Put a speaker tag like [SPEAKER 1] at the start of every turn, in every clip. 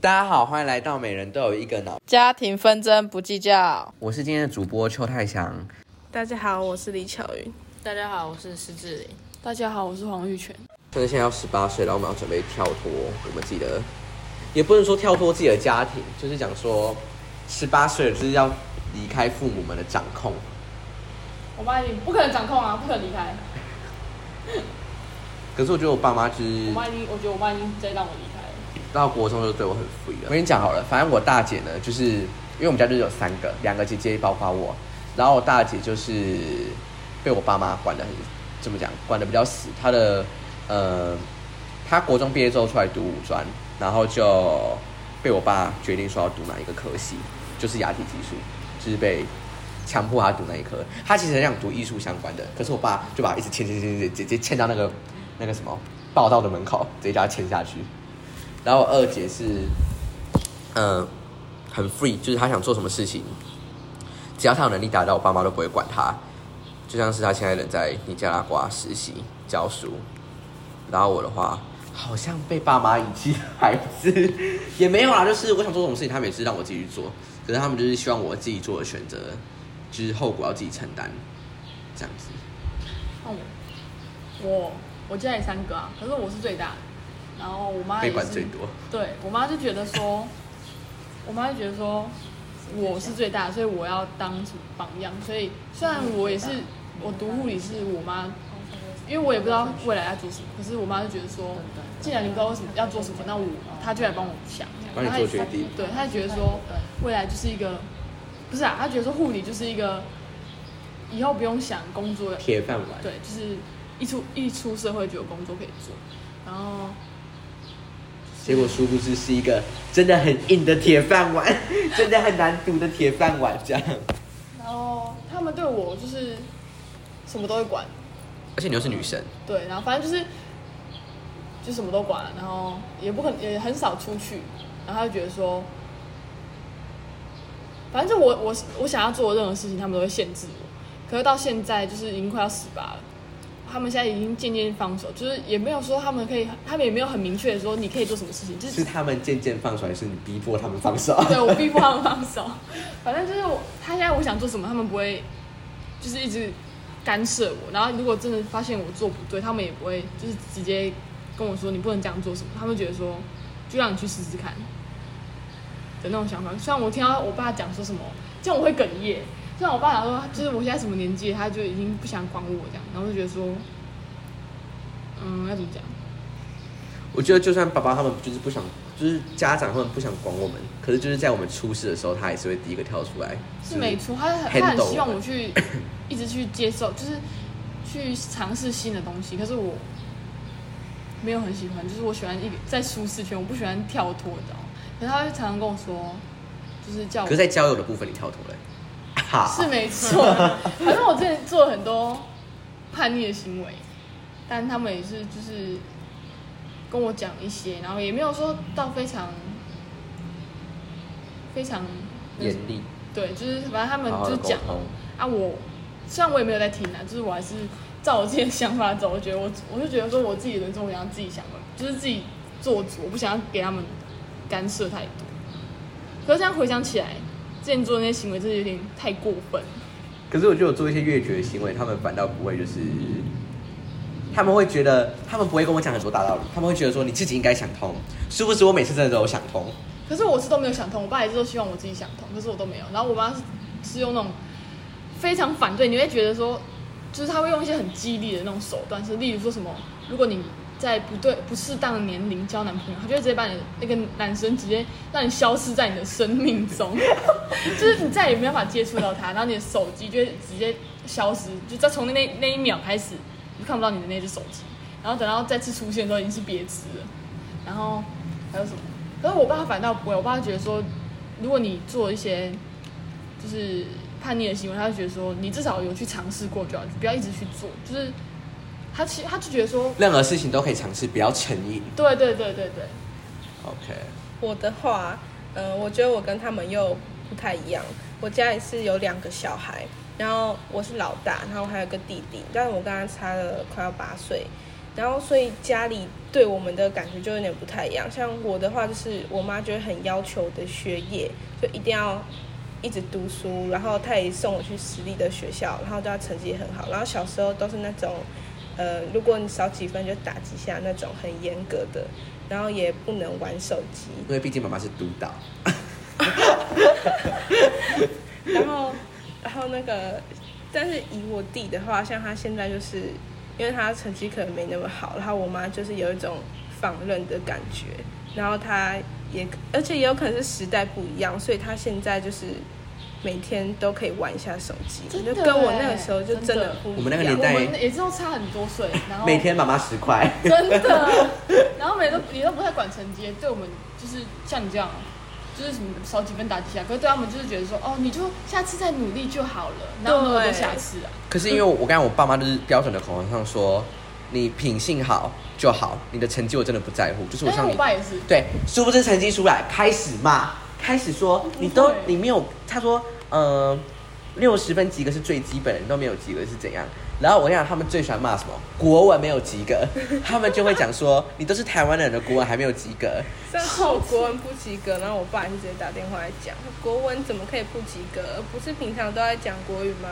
[SPEAKER 1] 大家好，欢迎来到每人都有一个脑。
[SPEAKER 2] 家庭纷争不计较。
[SPEAKER 1] 我是今天的主播邱泰祥。
[SPEAKER 3] 大家好，我是李巧云。
[SPEAKER 4] 大家好，我是施志玲。
[SPEAKER 5] 大家好，我是黄玉泉。
[SPEAKER 1] 趁着现在要十八岁，然后我们要准备跳脱我们自己的，也不能说跳脱自己的家庭，就是讲说十八岁了就是要离开父母们的掌控。
[SPEAKER 5] 我妈已经不可能掌控啊，不可能离开。
[SPEAKER 1] 可是我觉得我爸妈就是
[SPEAKER 5] 我妈已经，我觉得我妈已经在让我离开了。
[SPEAKER 1] 到国中就对我很 free 了。我跟你讲好了，反正我大姐呢，就是因为我们家就是有三个，两个姐姐包括我，然后我大姐就是被我爸妈管的很，怎么讲，管的比较死。她的呃，她国中毕业之后出来读五专，然后就被我爸决定说要读哪一个科系，就是雅体技术，就是被。强迫她读那一科，她其实很想读艺术相关的，可是我爸就把她一直牵牵牵牵，直接牵到那个那个什么报道的门口，直接叫她牵下去。然后我二姐是，嗯、很 free，就是她想做什么事情，只要她有能力达到，我爸妈都不会管她。就像是她现在人在尼加拉瓜实习教书，然后我的话，好像被爸妈遗弃的孩子 也没有啦，就是我想做什么事情，他们也是让我自己去做，可是他们就是希望我自己做的选择，就是后果要自己承担，这样子。
[SPEAKER 5] 那我，我我家里三个啊，可是我是最大的。然后我妈
[SPEAKER 1] 被
[SPEAKER 5] 也
[SPEAKER 1] 管
[SPEAKER 5] 是
[SPEAKER 1] 最多
[SPEAKER 5] 对我妈就觉得说，我妈就觉得说我是最大的，所以我要当榜样。所以虽然我也是我读护理是我妈，因为我也不知道未来要做什么，可是我妈就觉得说，既然你不知道为什么要做什么，那我她就来帮我想，
[SPEAKER 1] 帮你
[SPEAKER 5] 然后她也
[SPEAKER 1] 做决定
[SPEAKER 5] 对，她也觉得说未来就是一个，不是啊，她觉得说护理就是一个以后不用想工作
[SPEAKER 1] 铁饭碗，
[SPEAKER 5] 对，就是一出一出社会就有工作可以做，然后
[SPEAKER 1] 结果殊不知是一个真的很硬的铁饭碗， 真的很难读的铁饭碗，这样。
[SPEAKER 5] 然后哦他们对我就是什么都会管，
[SPEAKER 1] 而且你又是女生，
[SPEAKER 5] 对，然后反正就是就什么都管，然后也不可也很少出去，然后他就觉得说，反正就我我我想要做的任何事情，他们都会限制我。可是到现在就是已经快要十八了，他们现在已经渐渐放手，就是也没有说他们可以，他们也没有很明确的说你可以做什么事情，就是
[SPEAKER 1] 是他们渐渐放手，还是你逼迫他们放手？
[SPEAKER 5] 对我逼迫他们放手。反正就是我，他现在我想做什么，他们不会就是一直干涉我。然后如果真的发现我做不对，他们也不会就是直接跟我说你不能这样做什么，他们觉得说就让你去试试看的那种想法。虽然我听到我爸讲说什么，这样我会哽咽。虽然我爸讲说，就是我现在什么年纪，他就已经不想管我这样，然后我就觉得说，嗯，要怎么讲？
[SPEAKER 1] 我觉得就算爸爸他们就是不想，就是家长他们不想管我们，可是就是在我们出事的时候，他还是会第一个跳出来。
[SPEAKER 5] 是没错，他很他很希望 我去一直去接受，就是去尝试新的东西。可是我没有很喜欢，就是我喜欢一个在舒适圈，我不喜欢跳脱，你知道吗？可是他就常常跟我说，就是叫我
[SPEAKER 1] 可是，在交友的部分你跳脱了、哈、
[SPEAKER 5] 是 没错。反正我之前做了很多叛逆的行为，但他们也是就是跟我讲一些，然后也没有说到非常非常
[SPEAKER 1] 严厉，
[SPEAKER 5] 对，就是反正他们
[SPEAKER 1] 好好的
[SPEAKER 5] 就是
[SPEAKER 1] 沟
[SPEAKER 5] 讲
[SPEAKER 1] 通。
[SPEAKER 5] 啊我，虽然我也没有在听啊，就是我还是照我自己的想法走。我觉得我，我就觉得说我自己的人生，我想要自己想的，就是自己做主，我不想要给他们干涉太多。可是这样回想起来，之前做的那些行为，真的有点太过分。
[SPEAKER 1] 可是我觉得我做一些越矩的行为，他们反倒不会就是，他们会觉得他们不会跟我讲很多大道理，他们会觉得说你自己应该想通，殊不知我每次真的都有想通。
[SPEAKER 5] 可是我是都没有想通，我爸也是都希望我自己想通，可是我都没有。然后我妈是是用那种非常反对，你会觉得说，就是他会用一些很激励的那种手段，是例如说什么，如果你在不对不适当的年龄交男朋友，他就会直接把你那个男生直接让你消失在你的生命中，就是你再也没办法接触到他，然后你的手机就会直接消失，就在从那那一秒开始，你就看不到你的那只手机，然后等到再次出现的时候已经是别只了。然后还有什么？可是我爸反倒不会，我爸觉得说，如果你做一些就是叛逆的行为，他就觉得说你至少有去尝试过就好，不要一直去做。就是他其他就觉得说，
[SPEAKER 1] 任何事情都可以尝试，不要成瘾。
[SPEAKER 5] 对对对对对，
[SPEAKER 1] OK，
[SPEAKER 3] 我的话，呃，我觉得我跟他们又不太一样。我家里是有两个小孩，然后我是老大，然后我还有个弟弟，但是我跟他差了快要八岁。然后所以家里对我们的感觉就有点不太一样。像我的话，就是我妈就会很要求我的学业，就一定要一直读书，然后她也送我去私立的学校，然后都要成绩很好。然后小时候都是那种，呃，如果你少几分就打几下那种很严格的，然后也不能玩手机，
[SPEAKER 1] 因为毕竟妈妈是督导，
[SPEAKER 3] 然后，然后那个，但是以我弟的话，像他现在就是，因为他成绩可能没那么好，然后我妈就是有一种放任的感觉，然后他也，而且也有可能是时代不一样，所以他现在就是每天都可以玩一下手机，
[SPEAKER 5] 真
[SPEAKER 3] 就
[SPEAKER 5] 的
[SPEAKER 3] 跟我那
[SPEAKER 5] 欸
[SPEAKER 3] 个时候就
[SPEAKER 5] 真
[SPEAKER 3] 真的
[SPEAKER 5] 的
[SPEAKER 3] 不一样。
[SPEAKER 1] 我们那个年
[SPEAKER 5] 我
[SPEAKER 1] 代
[SPEAKER 5] 们也知道差很多岁，然后
[SPEAKER 1] 每天妈妈十块，
[SPEAKER 5] 真的，然后每都也都不太管成绩，对我们就是像你这样，就是什么少几分打几下，可是对他们就是觉得说，哦，你就下次再努力就好了，哪有那么多
[SPEAKER 3] 对
[SPEAKER 5] 下次啊？
[SPEAKER 1] 可是因为我刚才我爸妈就是标准的口头上说，你品性好就好，你的成绩我真的不在乎，就是我
[SPEAKER 5] 但是
[SPEAKER 1] 像
[SPEAKER 5] 哎我
[SPEAKER 1] 你
[SPEAKER 5] 爸也是，
[SPEAKER 1] 对，殊不知成绩出来，开始骂，开始说
[SPEAKER 5] 不
[SPEAKER 1] 你都
[SPEAKER 5] 会
[SPEAKER 1] 你没有，他说，嗯、六十分及格是最基本的，你都没有及格是怎样？然后我跟你讲，他们最喜欢骂什么？国文没有及 格，他们就会讲说，你都是台湾人的国文还没有及格，
[SPEAKER 3] 上次 我国文不及格，然后我爸就直接打电话来讲，国文怎么可以不及格？不是平常都在讲国语吗？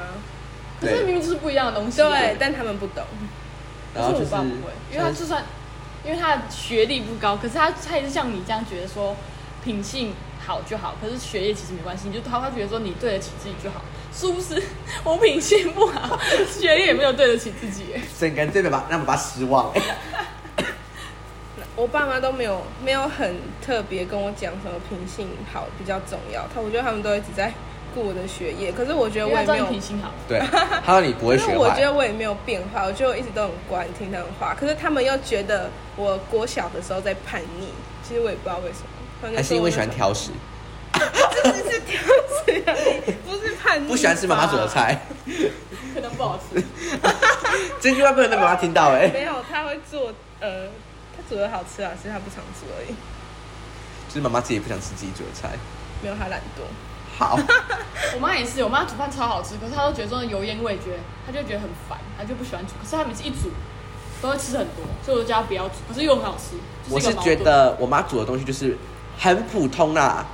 [SPEAKER 5] 可是明明就是啊不一样的东西。
[SPEAKER 3] 对，，但他们不懂。
[SPEAKER 1] 然
[SPEAKER 5] 但
[SPEAKER 1] 后
[SPEAKER 5] 是
[SPEAKER 1] 就
[SPEAKER 5] 我
[SPEAKER 1] 是
[SPEAKER 5] 爸不会，因为他就算，因为他的学历不高，可是他他也是像你这样觉得说，品性好就好，可是学业其实没关系，你就他他觉得说你对得起自己就好。殊不知我品性不好，学业也没有对得起自己耶。
[SPEAKER 1] 整个人真的把让我爸失 望、
[SPEAKER 3] 我爸妈都没有没有很特别跟我讲什么品性好比较重要，他我觉得他们都一直在顾我的学业，可是我觉得
[SPEAKER 5] 因
[SPEAKER 3] 我
[SPEAKER 5] 为他
[SPEAKER 3] 也
[SPEAKER 5] 知道
[SPEAKER 3] 没
[SPEAKER 5] 你
[SPEAKER 3] 有，
[SPEAKER 5] 品性好，
[SPEAKER 1] 对，他说你不会
[SPEAKER 3] 因
[SPEAKER 1] 学
[SPEAKER 3] 为我
[SPEAKER 1] 坏
[SPEAKER 3] 觉，得我也没有变化，我觉得我一直都很乖，听他们话，可是他们又觉得我国小的时候在叛逆，其实我也不知道为什么，他们就
[SPEAKER 1] 还是
[SPEAKER 3] 说
[SPEAKER 1] 因为
[SPEAKER 3] 我
[SPEAKER 1] 喜欢挑食，
[SPEAKER 3] 那时候，这 是挑食而已，不是叛逆，
[SPEAKER 1] 不喜欢吃妈妈煮的，菜，
[SPEAKER 5] 可能不好吃。
[SPEAKER 1] 这句话不能被妈妈听到哎、
[SPEAKER 3] 没有，他会做呃，他煮的好吃啊，只是他不常煮而已，
[SPEAKER 1] 就是妈妈自己也不想吃自己煮的菜。
[SPEAKER 3] 没有他懒惰。
[SPEAKER 1] 好，
[SPEAKER 5] 我妈也是，我妈煮饭超好吃，可是她都觉得说油烟味，觉得她就觉得很烦，她就不喜欢煮。可是她每次一煮，都会吃很多，所以我就叫她不要煮，可是又很好吃。
[SPEAKER 1] 我
[SPEAKER 5] 就是一个矛
[SPEAKER 1] 觉
[SPEAKER 5] 盾
[SPEAKER 1] 得我妈煮的东西就是很普通啦，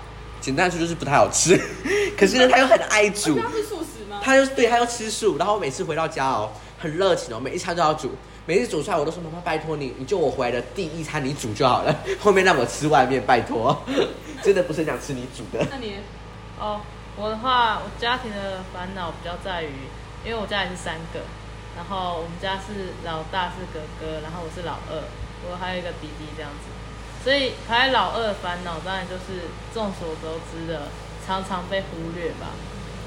[SPEAKER 1] 简单来说就是不太好吃。 可是呢，她又很爱煮
[SPEAKER 5] 而且，她不是素食吗？
[SPEAKER 1] 她又对她又吃素，然后我每次回到家哦，很热情哦，每一餐都要煮，每次煮出来我都说妈妈拜托你，你就我回来的第一餐你煮就好了， 后面让我吃外面，拜托，真的不是很想吃你煮的。
[SPEAKER 5] 那你
[SPEAKER 4] 哦，我的话，我家庭的烦恼比较在于，因为我家里是三个，然后我们家是老大是哥哥，然后我是老二，我还有一个弟弟这样子，所以排老二的烦恼当然就是众所周知的，常常被忽略吧。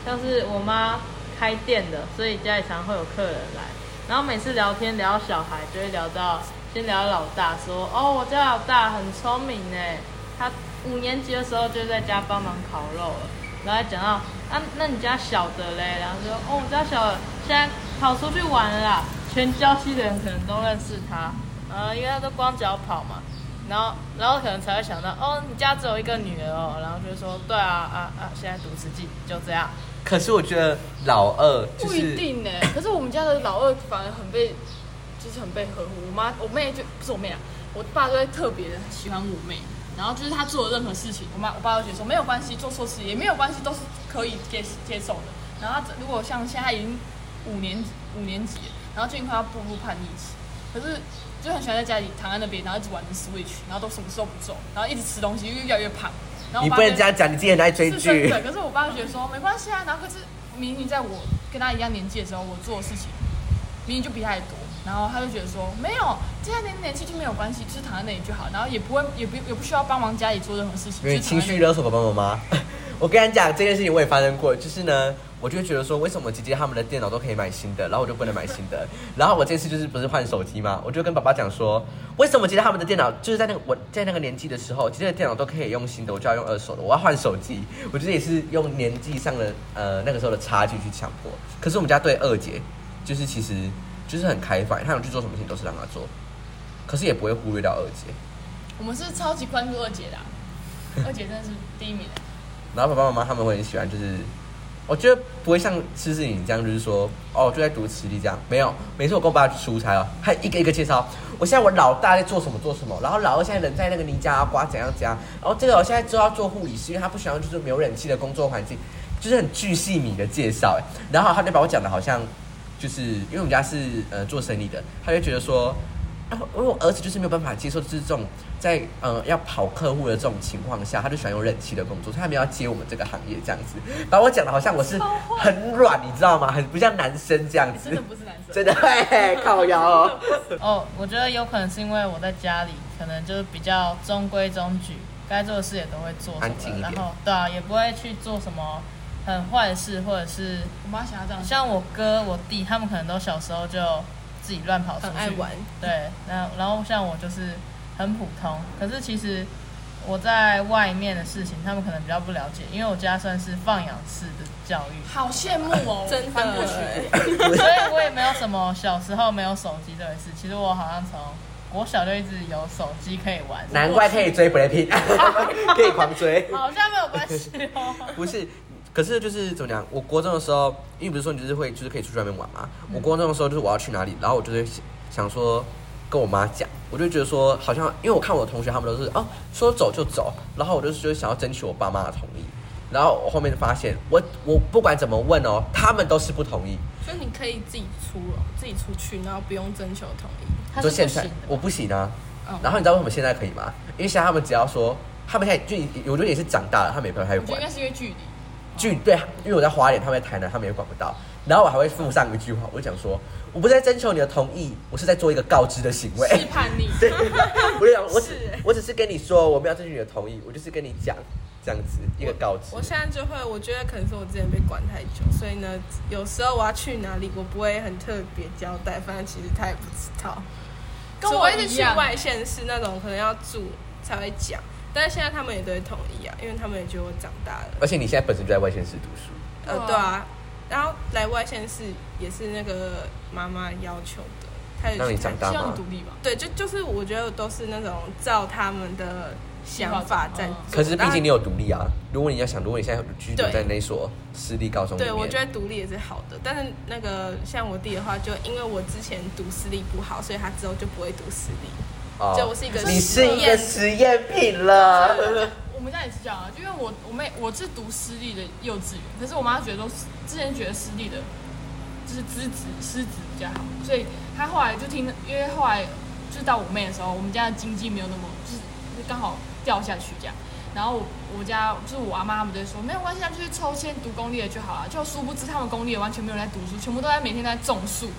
[SPEAKER 4] 像是我妈开店的，所以家里常会有客人来，然后每次聊天聊到小孩，就会聊到先聊到老大说，哦，我家老大很聪明哎，他五年级的时候就在家帮忙烤肉了，然后还讲到啊，那你家小的嘞，然后就说哦，我家小的现在跑出去玩了啦，全郊区的人可能都认识他，呃，因为他都光脚跑嘛。然后，然后可能才会想到，哦，你家只有一个女儿哦，然后就说，对啊，啊啊，现在读慈济就这样，
[SPEAKER 1] 可是我觉得老二就
[SPEAKER 5] 不一
[SPEAKER 1] 是
[SPEAKER 5] 定呢、欸可是我们家的老二反而很被，就是很被呵护。我妈、我妹就不是我妹啊，我爸就会特别的喜欢我妹。然后就是她做的任何事情，我妈、我爸都觉得说没有关系，做错事也没有关系，都是可以接接受的。然后她如果像现在已经五年级五年级了，然后最近快要步入叛逆期，可是就很喜欢在家里躺在那边，然后一直玩 Switch，然后都什么时候不做，然后一直吃东西，又越来越胖。然后我
[SPEAKER 1] 你
[SPEAKER 5] 爸
[SPEAKER 1] 不能
[SPEAKER 5] 就
[SPEAKER 1] 这样讲，你自己很爱追
[SPEAKER 5] 是真
[SPEAKER 1] 剧
[SPEAKER 5] 的。。可是我爸就觉得说没关系啊，然后可是明明在我跟他一样年纪的时候，我做的事情明明就比他还多，然后他就觉得说没有，这样年年纪就没有关系，就是躺在那里就好，然后也不会也不也不需要帮忙家里做任何事情，
[SPEAKER 1] 因
[SPEAKER 5] 就
[SPEAKER 1] 为
[SPEAKER 5] 是躺
[SPEAKER 1] 情
[SPEAKER 5] 在那
[SPEAKER 1] 绪
[SPEAKER 5] 里
[SPEAKER 1] 勒索爸爸妈妈。 我跟你讲这件事情，我也发生过，就是呢，我就会觉得说，为什么姐姐他们的电脑都可以买新的，然后我就不能买新的？然后我这次就是不是换手机嘛，我就跟爸爸讲说，为什么姐姐他们的电脑就是在那个我在那个年纪的时候，姐姐的电脑都可以用新的，我就要用二手的，我要换手机。我觉得也是用年纪上的呃那个时候的差距去强迫。可是我们家对二姐就是其实就是很开放，她想去做什么事情都是让她做，可是也不会忽略到二姐。
[SPEAKER 5] 我们是超级关注二姐的啊、二姐真的是第一名。
[SPEAKER 1] 然后爸爸妈妈他们会很喜欢，就是我觉得不会像诗诗你这样，就是说哦，就在读磁力这样。没有，每次我跟我爸去出差哦，他一个一个介绍。我现在我老大在做什么做什么，然后老二现在人在那个尼加拉瓜怎样怎样，然后这个我现在就要做护理师，因为他不喜欢就是没有冷气的工作环境，就是很巨细靡的介绍。哎，然后他就把我讲的好像就是因为我们家是呃做生意的，他就觉得说。然啊后因为我儿子就是没有办法接受，就是这种在呃要跑客户的这种情况下，他就喜欢有冷气的工作，所以他们要接我们这个行业这样子。把我讲的好像我是很软，你知道吗？很不像男生这样
[SPEAKER 5] 你
[SPEAKER 1] 子
[SPEAKER 5] 真，的不是男生，
[SPEAKER 1] 真的嘿靠腰哦。
[SPEAKER 4] 哦，我觉得有可能是因为我在家里，可能就是比较中规中矩，该做的事也都会做
[SPEAKER 1] 安
[SPEAKER 4] 什
[SPEAKER 1] 静
[SPEAKER 4] 么，
[SPEAKER 1] 一点
[SPEAKER 4] 然后对啊，也不会去做什么很坏的事，或者是
[SPEAKER 5] 我妈想要这样，
[SPEAKER 4] 像我哥、我弟他们可能都小时候就自己乱跑出去，
[SPEAKER 3] 很爱玩。
[SPEAKER 4] 对，那然后像我就是很普通，可是其实我在外面的事情，他们可能比较不了解，因为我家算是放养式的教育，
[SPEAKER 5] 好羡慕哦，
[SPEAKER 3] 真
[SPEAKER 5] 翻过去
[SPEAKER 3] 的，欸
[SPEAKER 4] 所以我也没有什么小时候没有手机这回事。其实我好像从国小就一直有手机可以玩，
[SPEAKER 1] 难怪可以追 Blackpink，可以狂追。
[SPEAKER 4] 好像没有关系哦。
[SPEAKER 1] 不是，可是就是怎么讲？我国中的时候，因为不是说你就是会就是可以出去外面玩嘛。我国中的时候就是我要去哪里，然后我就会想说跟我妈讲，我就觉得说好像因为我看我的同学他们都是哦说走就走，然后我就是就想要争取我爸妈的同意。然后我后面发现，我我不管怎么问哦，他们都是不同意。
[SPEAKER 3] 所以你可以自己出哦，自己出去，然后不用征求同意。
[SPEAKER 4] 他
[SPEAKER 1] 就是现
[SPEAKER 4] 不行
[SPEAKER 1] 在
[SPEAKER 4] 的，
[SPEAKER 1] 我不行啊。
[SPEAKER 3] 哦
[SPEAKER 1] 然后你知道为什么现在可以吗？因为现在他们只要说，他们现在就已我觉得也是长大了，他们也不太会
[SPEAKER 5] 我觉得
[SPEAKER 1] 管
[SPEAKER 5] 应该。是因为距离，
[SPEAKER 1] 距对，因为我在花莲，他们在台南，他们也管不到。然后我还会附上一句话，我就讲说，我不是在征求你的同意，我是在做一个告知的行为。
[SPEAKER 5] 是叛逆，
[SPEAKER 1] 对， 我就讲，我只我只是跟你说，我没有征求你的同意，我就是跟你讲这样子一个告知。
[SPEAKER 3] 我现在就会，我觉得可能是我之前被管太久，所以呢，有时候我要去哪里，我不会很特别交代，反正其实他也不知道。
[SPEAKER 5] 跟
[SPEAKER 3] 除
[SPEAKER 5] 我
[SPEAKER 3] 非是
[SPEAKER 5] 一
[SPEAKER 3] 去
[SPEAKER 5] 样，
[SPEAKER 3] 外县市那种，可能要住才会讲。但是现在他们也都会同意啊，因为他们也觉得我长大了。
[SPEAKER 1] 而且你现在本身就在外县市读书，
[SPEAKER 3] 呃
[SPEAKER 5] 哇，
[SPEAKER 3] 对啊，然后来外县市也是那个妈妈要求的，她也去
[SPEAKER 1] 让你
[SPEAKER 3] 看
[SPEAKER 1] 长大
[SPEAKER 5] 希望
[SPEAKER 1] 吗
[SPEAKER 5] 你独？立吧。
[SPEAKER 3] 对，就就是我觉得都是那种照他们的想法在
[SPEAKER 5] 哦
[SPEAKER 3] 做。
[SPEAKER 1] 可是毕竟你
[SPEAKER 3] 有
[SPEAKER 1] 有独立啊。如果你要想，如果你现在居住
[SPEAKER 3] 对
[SPEAKER 1] 在那所私立高中里面，
[SPEAKER 3] 对，我觉得独立也是好的，但是那个像我弟的话，就因为我之前读私立不好，所以他之后就不会读私立。
[SPEAKER 1] 哦
[SPEAKER 3] 就我是一个
[SPEAKER 1] 你是一个实验品 了。
[SPEAKER 5] 我们家也是这样啊，就因为我我妹我是读私立的幼稚园，可是我妈觉得都是之前觉得私立的，就是资质师资比较好，所以她后来就听，因为后来就到我妹的时候，我们家的经济没有那么就是就刚好掉下去这样。然后我我家就是我阿妈他们就会说没有关系，他们就是抽签读公立的就好了。就殊不知他们公立的完全没有人在读书，全部都在每天都在种树，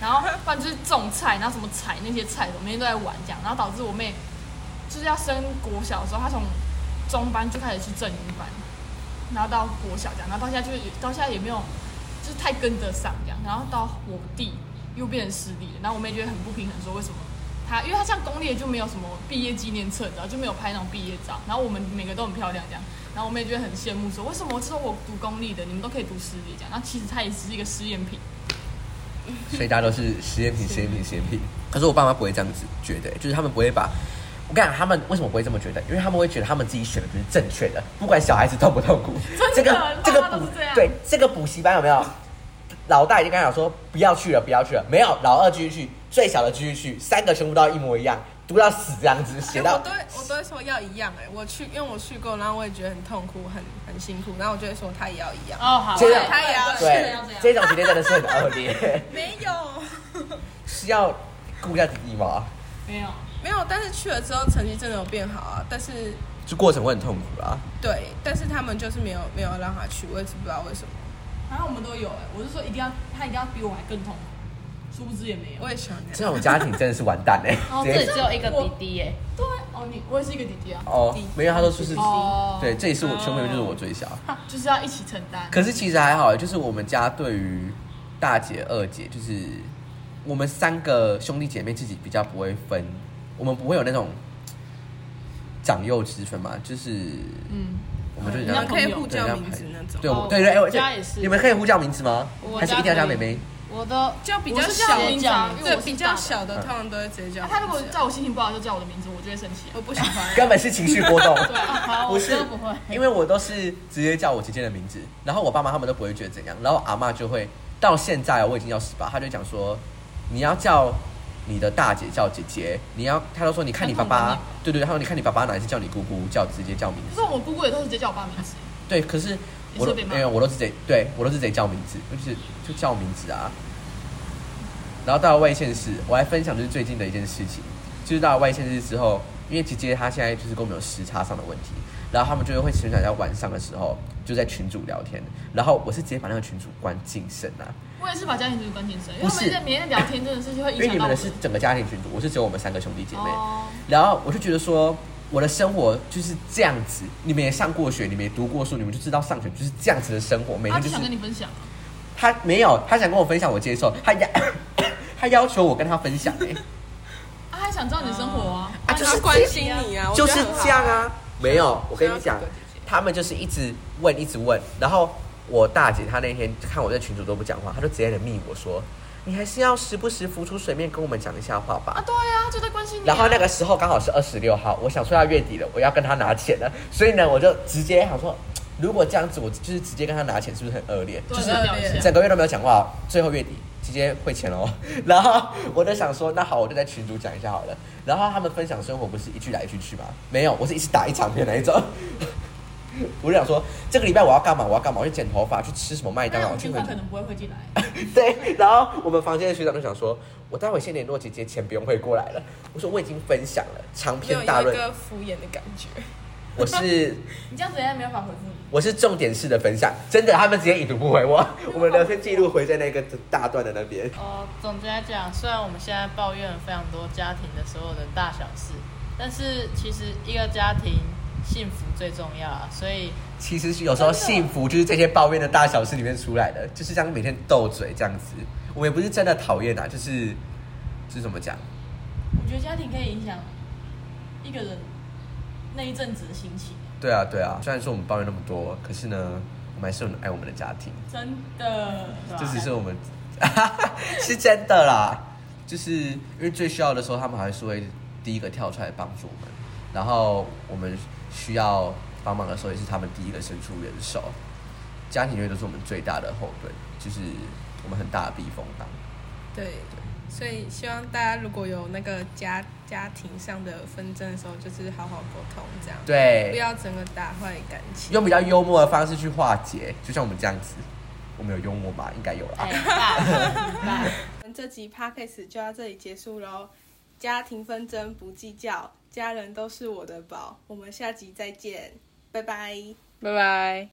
[SPEAKER 5] 然后不然就是种菜，然后什么采那些菜，每天都在玩这样，然后导致我妹就是要升国小的时候，她从中班就开始去正音班，然后到国小这样，然后到现在就是到现在也没有，就是太跟得上这样，然后到我弟又变成私立了，然后我妹就会很不平衡，说为什么他，因为他像公立的就没有什么毕业纪念册，你知道就没有拍那种毕业照，然后我们每个都很漂亮这样，然后我妹就会很羡慕说为什么我说我读公立的，你们都可以读私立这样，那其实他也只是一个试验品，
[SPEAKER 1] 所以大家都是实验品、实验品、实验品。可是我爸妈不会这样子觉得，就是他们不会把。我跟你讲，他们为什么不会这么觉得？因为他们会觉得他们自己选的就是正确的，不管小孩子痛不痛苦。
[SPEAKER 5] 真的
[SPEAKER 1] 这个
[SPEAKER 5] 爸妈
[SPEAKER 1] 补
[SPEAKER 5] 都是这样
[SPEAKER 1] 对这个补习班有没有？老大已经跟他讲说不要去了，不要去了。没有，老二继续去，最小的继续去，三个全部都要一模一样，读到死这样子，写
[SPEAKER 3] 哎我
[SPEAKER 1] 到
[SPEAKER 3] 都会我都会说要一样哎、我去，因为我去过，然后我也觉得很痛苦，很很辛苦，然后我就会说他也要一样。
[SPEAKER 4] 哦，好，
[SPEAKER 1] 这
[SPEAKER 3] 对
[SPEAKER 1] 样
[SPEAKER 3] 他也
[SPEAKER 5] 哎
[SPEAKER 3] 要
[SPEAKER 1] 对
[SPEAKER 3] 去，
[SPEAKER 1] 这种决定真的是很恶 劣，
[SPEAKER 3] 没有。
[SPEAKER 1] 是要顾一下自己吗？
[SPEAKER 4] 没有。
[SPEAKER 3] 没有，但是去了之后成绩真的有变好啊。但是
[SPEAKER 1] 就过程会很痛苦啦。
[SPEAKER 3] 对，但是他们就是没有没有让他去，我也是不知道为什么。
[SPEAKER 5] 好像我们都有哎、我是说一定要他一定要比我还更痛苦，殊不知也没有
[SPEAKER 3] 我。也喜欢这
[SPEAKER 1] 这种家庭真的是完蛋哎、
[SPEAKER 4] 哦，
[SPEAKER 1] 直
[SPEAKER 4] 这
[SPEAKER 1] 接
[SPEAKER 4] 里只有一个弟弟耶，
[SPEAKER 5] 对哦，你我也是一个弟弟啊，
[SPEAKER 1] 哦，没有，他说就是
[SPEAKER 5] 哦
[SPEAKER 1] 对，这也是我兄妹，就是我最小。
[SPEAKER 5] 啊就是要一起承担。
[SPEAKER 1] 可是其实还好，就是我们家对于大姐、二姐，就是我们三个兄弟姐妹自己比较不会分，我们不会有那种长幼之分嘛，就是
[SPEAKER 5] 嗯，
[SPEAKER 1] 我们就是
[SPEAKER 3] 样，
[SPEAKER 5] 那
[SPEAKER 1] 像
[SPEAKER 3] 我们可以互叫名字那种。
[SPEAKER 1] 对，我
[SPEAKER 5] 哦
[SPEAKER 1] 对对，哎
[SPEAKER 4] 我家也是
[SPEAKER 1] 你们可以呼叫名字吗？
[SPEAKER 4] 我
[SPEAKER 1] 还是
[SPEAKER 4] 家
[SPEAKER 1] 一定要叫
[SPEAKER 4] 可
[SPEAKER 1] 妹
[SPEAKER 4] 以
[SPEAKER 1] 妹？
[SPEAKER 6] 我的
[SPEAKER 7] 就比较
[SPEAKER 5] 我是这
[SPEAKER 7] 小
[SPEAKER 5] 样跟你
[SPEAKER 3] 啊
[SPEAKER 5] 讲
[SPEAKER 7] 的，
[SPEAKER 5] 因为
[SPEAKER 7] 对
[SPEAKER 5] 我是
[SPEAKER 7] 比
[SPEAKER 5] 大
[SPEAKER 7] 较
[SPEAKER 5] 的
[SPEAKER 7] 小的，通常都会直接叫
[SPEAKER 5] 啊
[SPEAKER 7] 我名字。
[SPEAKER 5] 他如果叫我心情不好就叫我的名字，我就会生气啊。
[SPEAKER 7] 我不喜欢，
[SPEAKER 1] 根本是情绪波动。
[SPEAKER 4] 好，
[SPEAKER 1] 不
[SPEAKER 4] 我
[SPEAKER 1] 是
[SPEAKER 4] 真的不会，
[SPEAKER 1] 因为我都是直接叫我姐姐的名字，然后我爸妈他们都不会觉得怎样，然后我阿妈就会到现在我已经要十八，她就讲说你要叫你的大姐叫姐姐，你要她都说你看你爸爸，对对对，她说你看你爸爸哪一次叫你姑姑叫直接叫名
[SPEAKER 5] 可
[SPEAKER 1] 字
[SPEAKER 5] 是，我姑姑也都是直接叫我爸名字，
[SPEAKER 1] 对，可是我
[SPEAKER 5] 你
[SPEAKER 1] 都
[SPEAKER 5] 是被骂
[SPEAKER 1] 没有，我都是得对我都是得叫名字，就是就叫名字啊。然后到了外县市，我还分享就是最近的一件事情，就是到了外县市之后，因为姐姐她现在就是跟我们有时差上的问题，然后他们就会经常在晚上的时候就在群主聊天，然后我是直接把那个群主关静声啊，
[SPEAKER 5] 我也是把家庭主义关进生，因为他
[SPEAKER 1] 不是
[SPEAKER 5] 们在每天聊天真的是会
[SPEAKER 1] 因
[SPEAKER 5] 影
[SPEAKER 1] 为你
[SPEAKER 5] 响到
[SPEAKER 1] 们
[SPEAKER 5] 我
[SPEAKER 1] 的是整个家庭群组，我是只有我们三个兄弟姐妹，
[SPEAKER 5] 哦，
[SPEAKER 1] 然后我就觉得说，我的生活就是这样子，你们也上过学，你们也读过书，你们就知道上学就是这样子的生活，每
[SPEAKER 5] 他
[SPEAKER 1] 天
[SPEAKER 5] 就
[SPEAKER 1] 就是
[SPEAKER 5] 想跟你分享啊，
[SPEAKER 1] 他没有，他想跟我分享，我接受。他要 他要求我跟他分享、欸，
[SPEAKER 5] 啊他还想知道你的生活啊，
[SPEAKER 1] 啊，就
[SPEAKER 7] 他
[SPEAKER 1] 是
[SPEAKER 7] 关
[SPEAKER 1] 这
[SPEAKER 7] 心你啊，我
[SPEAKER 1] 就
[SPEAKER 7] 觉
[SPEAKER 1] 是
[SPEAKER 7] 得很好
[SPEAKER 1] 这样。啊。没有，我跟
[SPEAKER 7] 想
[SPEAKER 1] 你
[SPEAKER 7] 要
[SPEAKER 1] 讲
[SPEAKER 7] 哥哥姐姐，
[SPEAKER 1] 他们就是一直问，一直问。然后我大姐她那天看我在群主都不讲话，她就直接的密我说：“你还是要时不时浮出水面跟我们讲一下话吧。
[SPEAKER 5] 啊对啊，就在关心你啊。
[SPEAKER 1] 然后那个时候刚好是二十六号，我想说要月底了，我要跟他拿钱了，所以呢，我就直接想说，如果这样子，我就是直接跟他拿钱，是不是很恶劣？
[SPEAKER 5] 对
[SPEAKER 1] 就是
[SPEAKER 5] 很恶劣
[SPEAKER 1] 整个月都没有讲话，最后月底直接汇钱喽。 然后我就想说，那好，我就在群组讲一下好了。然后他们分享生活不是一句来一句去吗？没有，我是一次打一场面那一种。 我就想说，这个礼拜我要干嘛？我要干嘛？我去剪头发，去吃什么麦当
[SPEAKER 5] 那
[SPEAKER 1] 劳，
[SPEAKER 5] 我
[SPEAKER 1] 去
[SPEAKER 5] 电
[SPEAKER 1] 喝
[SPEAKER 5] 话可能不会会 进来，
[SPEAKER 1] 对，然后我们房间的学长就想说，我待会先联络姐姐，钱不用汇过来了。我说我已经分享了，长
[SPEAKER 7] 没有
[SPEAKER 1] 篇大
[SPEAKER 7] 有一
[SPEAKER 1] 论，
[SPEAKER 7] 个敷衍的感觉，
[SPEAKER 1] 我是
[SPEAKER 5] 你这样子人家没有办法回复你。
[SPEAKER 1] 我是重点式的分享，真的，他们直接已读不 回我，我们聊天记录回在那个大段的那边。
[SPEAKER 4] 哦，总结来讲，虽然我们现在抱怨了非常多家庭的所有的大小事，但是其实一个家庭幸福最重要啊。所以
[SPEAKER 1] 其实是有时候幸福就是这些抱怨的大小事里面出来的，就是这样每天斗嘴这样子。我也不是真的讨厌啊，就是就是怎么讲，
[SPEAKER 5] 我觉得家庭可以影响一个人那一阵子的心情，
[SPEAKER 1] 对啊对啊。虽然说我们抱怨那么多，可是呢，我们还是很爱我们的家庭。
[SPEAKER 5] 真的。
[SPEAKER 7] 啊
[SPEAKER 1] 这只是我们 是真的啦，就是因为最需要的时候，他们还是会第一个跳出来帮助我们，然后我们需要帮忙的时候，也是他们第一个伸出援手。家庭永远都是我们最大的后盾，就是我们很大的避风港。
[SPEAKER 7] 对。所以希望大家如果有那个家家庭上的纷争的时候，就是好好沟通，这样不
[SPEAKER 1] 对，
[SPEAKER 7] 要整个打坏感情。
[SPEAKER 1] 用比较幽默的方式去化解，就像我们这样子。我们有幽默吗？应该有啦。
[SPEAKER 4] 哎，爸爸，
[SPEAKER 7] 我们这集 podcast 就到这里结束喽。家庭纷争不计较，家人都是我的宝。我们下集再见，拜拜。
[SPEAKER 2] 拜拜。